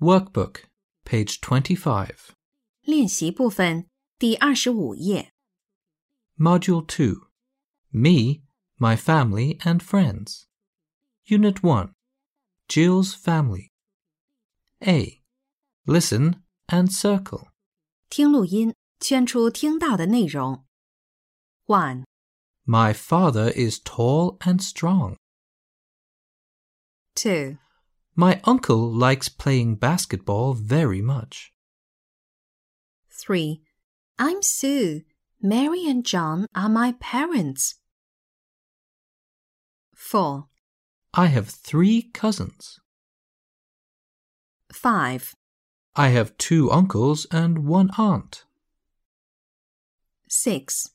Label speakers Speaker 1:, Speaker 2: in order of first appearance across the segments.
Speaker 1: Workbook, page 25,
Speaker 2: 练习部分第二十五页
Speaker 1: Module 2. Me, my family, and friends. Unit 1. Jill's family. A. Listen and circle.
Speaker 2: 听录音，圈出听到的内容。One,
Speaker 1: My father is tall and strong.
Speaker 2: two,
Speaker 1: My uncle likes playing basketball very much.
Speaker 2: three. I'm Sue. Mary and John are my parents. Four,
Speaker 1: I have three cousins.
Speaker 2: five,
Speaker 1: I have two uncles and one aunt.
Speaker 2: six,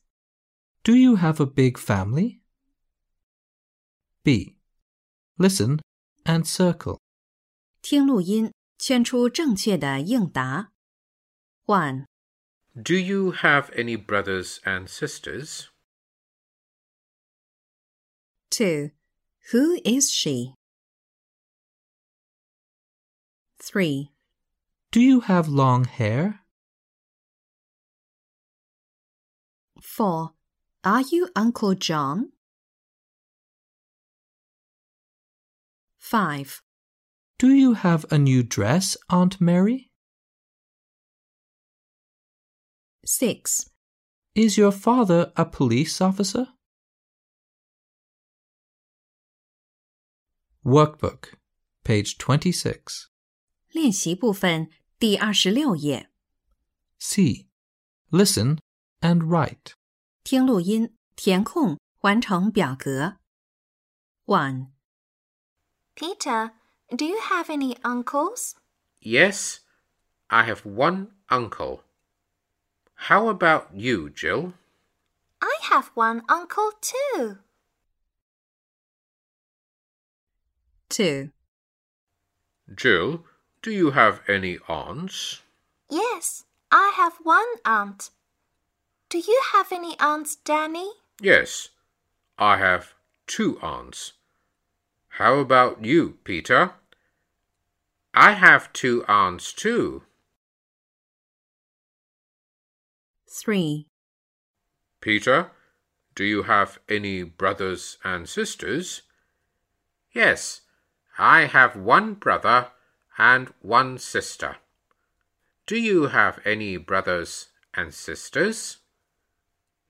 Speaker 1: Do you have a big family? B. Listen and circle.
Speaker 2: 听录音，圈出正确的应答。One,
Speaker 3: Do you have any brothers and sisters?
Speaker 2: two. Who is she? Three,
Speaker 1: Do you have long hair?
Speaker 2: four. Are you Uncle John? Five.
Speaker 1: Do you have a new dress, Aunt Mary?
Speaker 2: Six,
Speaker 1: Is your father a police officer? Workbook, page 26.
Speaker 2: 练习部分第二十六页，
Speaker 1: C. Listen and write.
Speaker 2: 听录音，填空，完成表格。One,
Speaker 4: Peter, do you have any uncles?
Speaker 3: Yes, I have one uncle. How about you, Jill?
Speaker 4: I have one uncle too.
Speaker 2: two,
Speaker 3: Jill, do you have any aunts?
Speaker 4: Yes, I have one aunt. Do you have any aunts, Danny?
Speaker 3: Yes, I have two aunts. How about you, Peter? I have two aunts too.
Speaker 2: three,
Speaker 3: Peter, do you have any brothers and sisters? Yes, I have one brother and one sister. Do you have any brothers and sisters?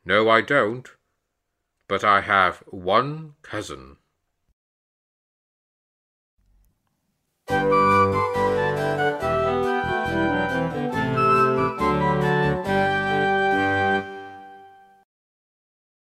Speaker 3: No, I don't. But I have one cousin.
Speaker 4: Thank you.